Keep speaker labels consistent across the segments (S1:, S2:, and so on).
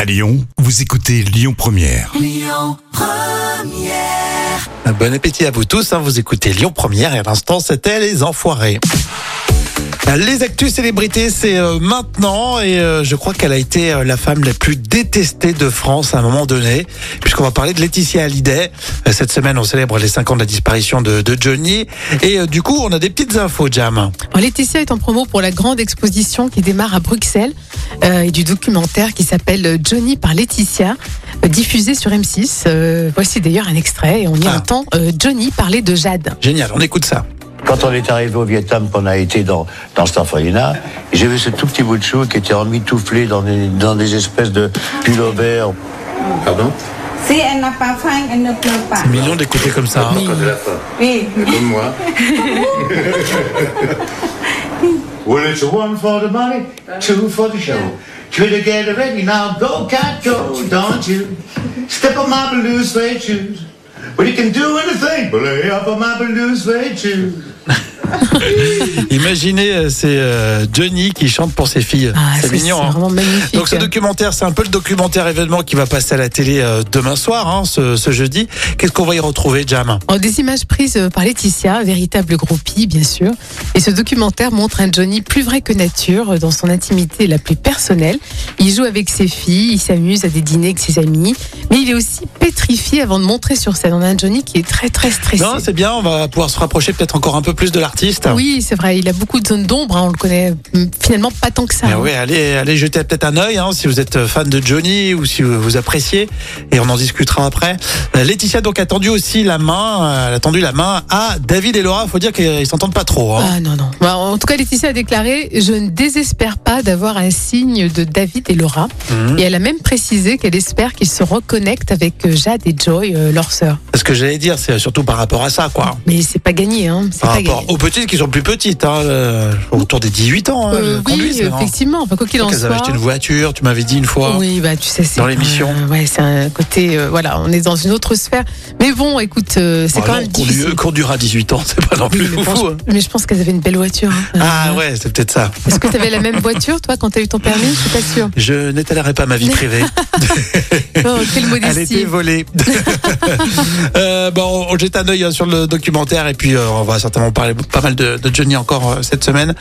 S1: À Lyon, vous écoutez Lyon Première.
S2: Un Bon appétit à vous tous, hein. vous écoutez Lyon Première et à l'instant c'était les enfoirés. Les actus célébrités, c'est euh, maintenant et euh, je crois qu'elle a été euh, la femme la plus détestée de France à un moment donné, puisqu'on va parler de Laetitia Hallyday. Euh, Cette semaine, on célèbre les 5 ans de la disparition de, de Johnny et euh, du coup, on a des petites infos, Jam.
S3: Alors, Oh, Laetitia est en promo pour la grande exposition qui démarre à Bruxelles euh, et du documentaire qui s'appelle Johnny par Laetitia, euh, diffusé sur M6. Euh, voici d'ailleurs un extrait et on y
S2: Ah.
S3: entend euh, Johnny parler de Jade.
S2: Génial, on écoute ça.
S4: Quand on est arrivé au Vietnam, qu'on a été dans, dans cet orphelinat, j'ai vu ce tout petit bout de chou qui était emmitouflé dans des, dans des espèces de pullovers.
S5: Pardon
S6: Si elle n'a pas faim, elle ne pleure pas.
S2: C'est mignon d'écouter comme ça. hein.
S5: Quand elle a faim.
S6: Oui.
S5: Comme moi.
S4: Well, it's one for the money, two for the show. Try to get ready now, go cat go, don't you? Step on my blue suede shoes. Well, you can do anything, but lay up on my blue suede shoes.
S2: Imaginez, euh, c'est euh, Johnny qui chante pour ses filles.
S3: Ah,
S2: c'est
S3: ça,
S2: mignon.
S3: c'est
S2: hein.
S3: vraiment magnifique.
S2: Donc ce documentaire, c'est un peu le documentaire événement qui va passer à la télé euh, demain soir, hein, ce, ce jeudi. Qu'est-ce qu'on va y retrouver, Jam
S3: Alors, des images prises euh, par Laetitia, véritable groupie bien sûr. Et ce documentaire montre un Johnny plus vrai que nature euh, dans son intimité la plus personnelle. Il joue avec ses filles, il s'amuse à des dîners avec ses amis, mais il est aussi pétrifié avant de montrer sur scène. On a un Johnny qui est très très stressé.
S2: Non, c'est bien. On va pouvoir se rapprocher peut-être encore un peu plus de l'artiste.
S3: Oui, c'est vrai, il a beaucoup de zones d'ombre, hein, on le connaît hum, finalement pas tant que ça.
S2: Mais
S3: hein.
S2: oui, Eh allez, allez jeter peut-être un œil hein, si vous êtes fan de Johnny ou si vous appréciez. Et on en discutera après. Euh, Laetitia donc a tendu aussi la main, euh, elle a tendu la main à David et Laura. Faut dire qu'ils s'entendent pas trop. hein.
S3: Ah non, non. Bah, en tout cas, Laetitia a déclaré Je ne désespère pas d'avoir un signe de David et Laura.
S2: Mhm.
S3: Et elle a même précisé qu'elle espère qu'ils se reconnectent avec euh, Jade et Joy, euh, leur sœur.
S2: C'est Ce que j'allais dire, c'est surtout par rapport à ça, quoi.
S3: Mais c'est pas gagné, hein. C'est
S2: Par
S3: pas
S2: rapport
S3: gagné.
S2: aux petites qui sont plus petites, hein, euh, autour des 18 ans. hein,
S3: Euh,
S2: elles
S3: oui,
S2: conduisent, hein.
S3: effectivement. Enfin, quoi qu'il en
S2: Qu'elles avaient
S3: soit.
S2: acheté une voiture, tu m'avais dit une fois.
S3: Oui, bah tu sais, c'est
S2: Dans
S3: pas-
S2: l'émission.
S3: ouais, c'est un côté. euh, voilà, on est dans une autre sphère. Mais bon, écoute, euh, c'est
S2: Bon,
S3: quand
S2: alors,
S3: même
S2: qu'on
S3: difficile.
S2: dure- qu'on dure à 18 ans, c'est pas non plus
S3: Oui, mais,
S2: fou.
S3: franchement-
S2: hein.
S3: mais je pense qu'elles avaient une belle voiture. hein.
S2: Ah ouais, c'est peut-être ça.
S3: Est-ce que tu avais la même voiture, toi, quand tu as eu ton permis Je suis pas sûre.
S2: Je n'étalerai pas ma vie privée.
S3: Oh, quelle
S2: Elle était
S3: modestie.
S2: volée. euh, bon, on jette un œil euh, sur le documentaire et puis euh, on va certainement parler pas mal de, de Johnny encore euh, cette semaine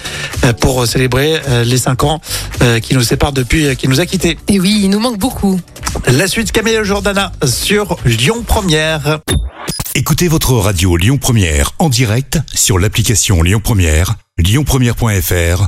S2: euh, pour euh, célébrer euh, les 5 ans euh, qui nous séparent depuis euh, qui nous a quittés.
S3: Et oui, il nous manque beaucoup.
S2: La suite Camille Jordana sur Lyon Première.
S1: Écoutez votre radio Lyon Première en direct sur l'application Lyon Première, lyonpremière.fr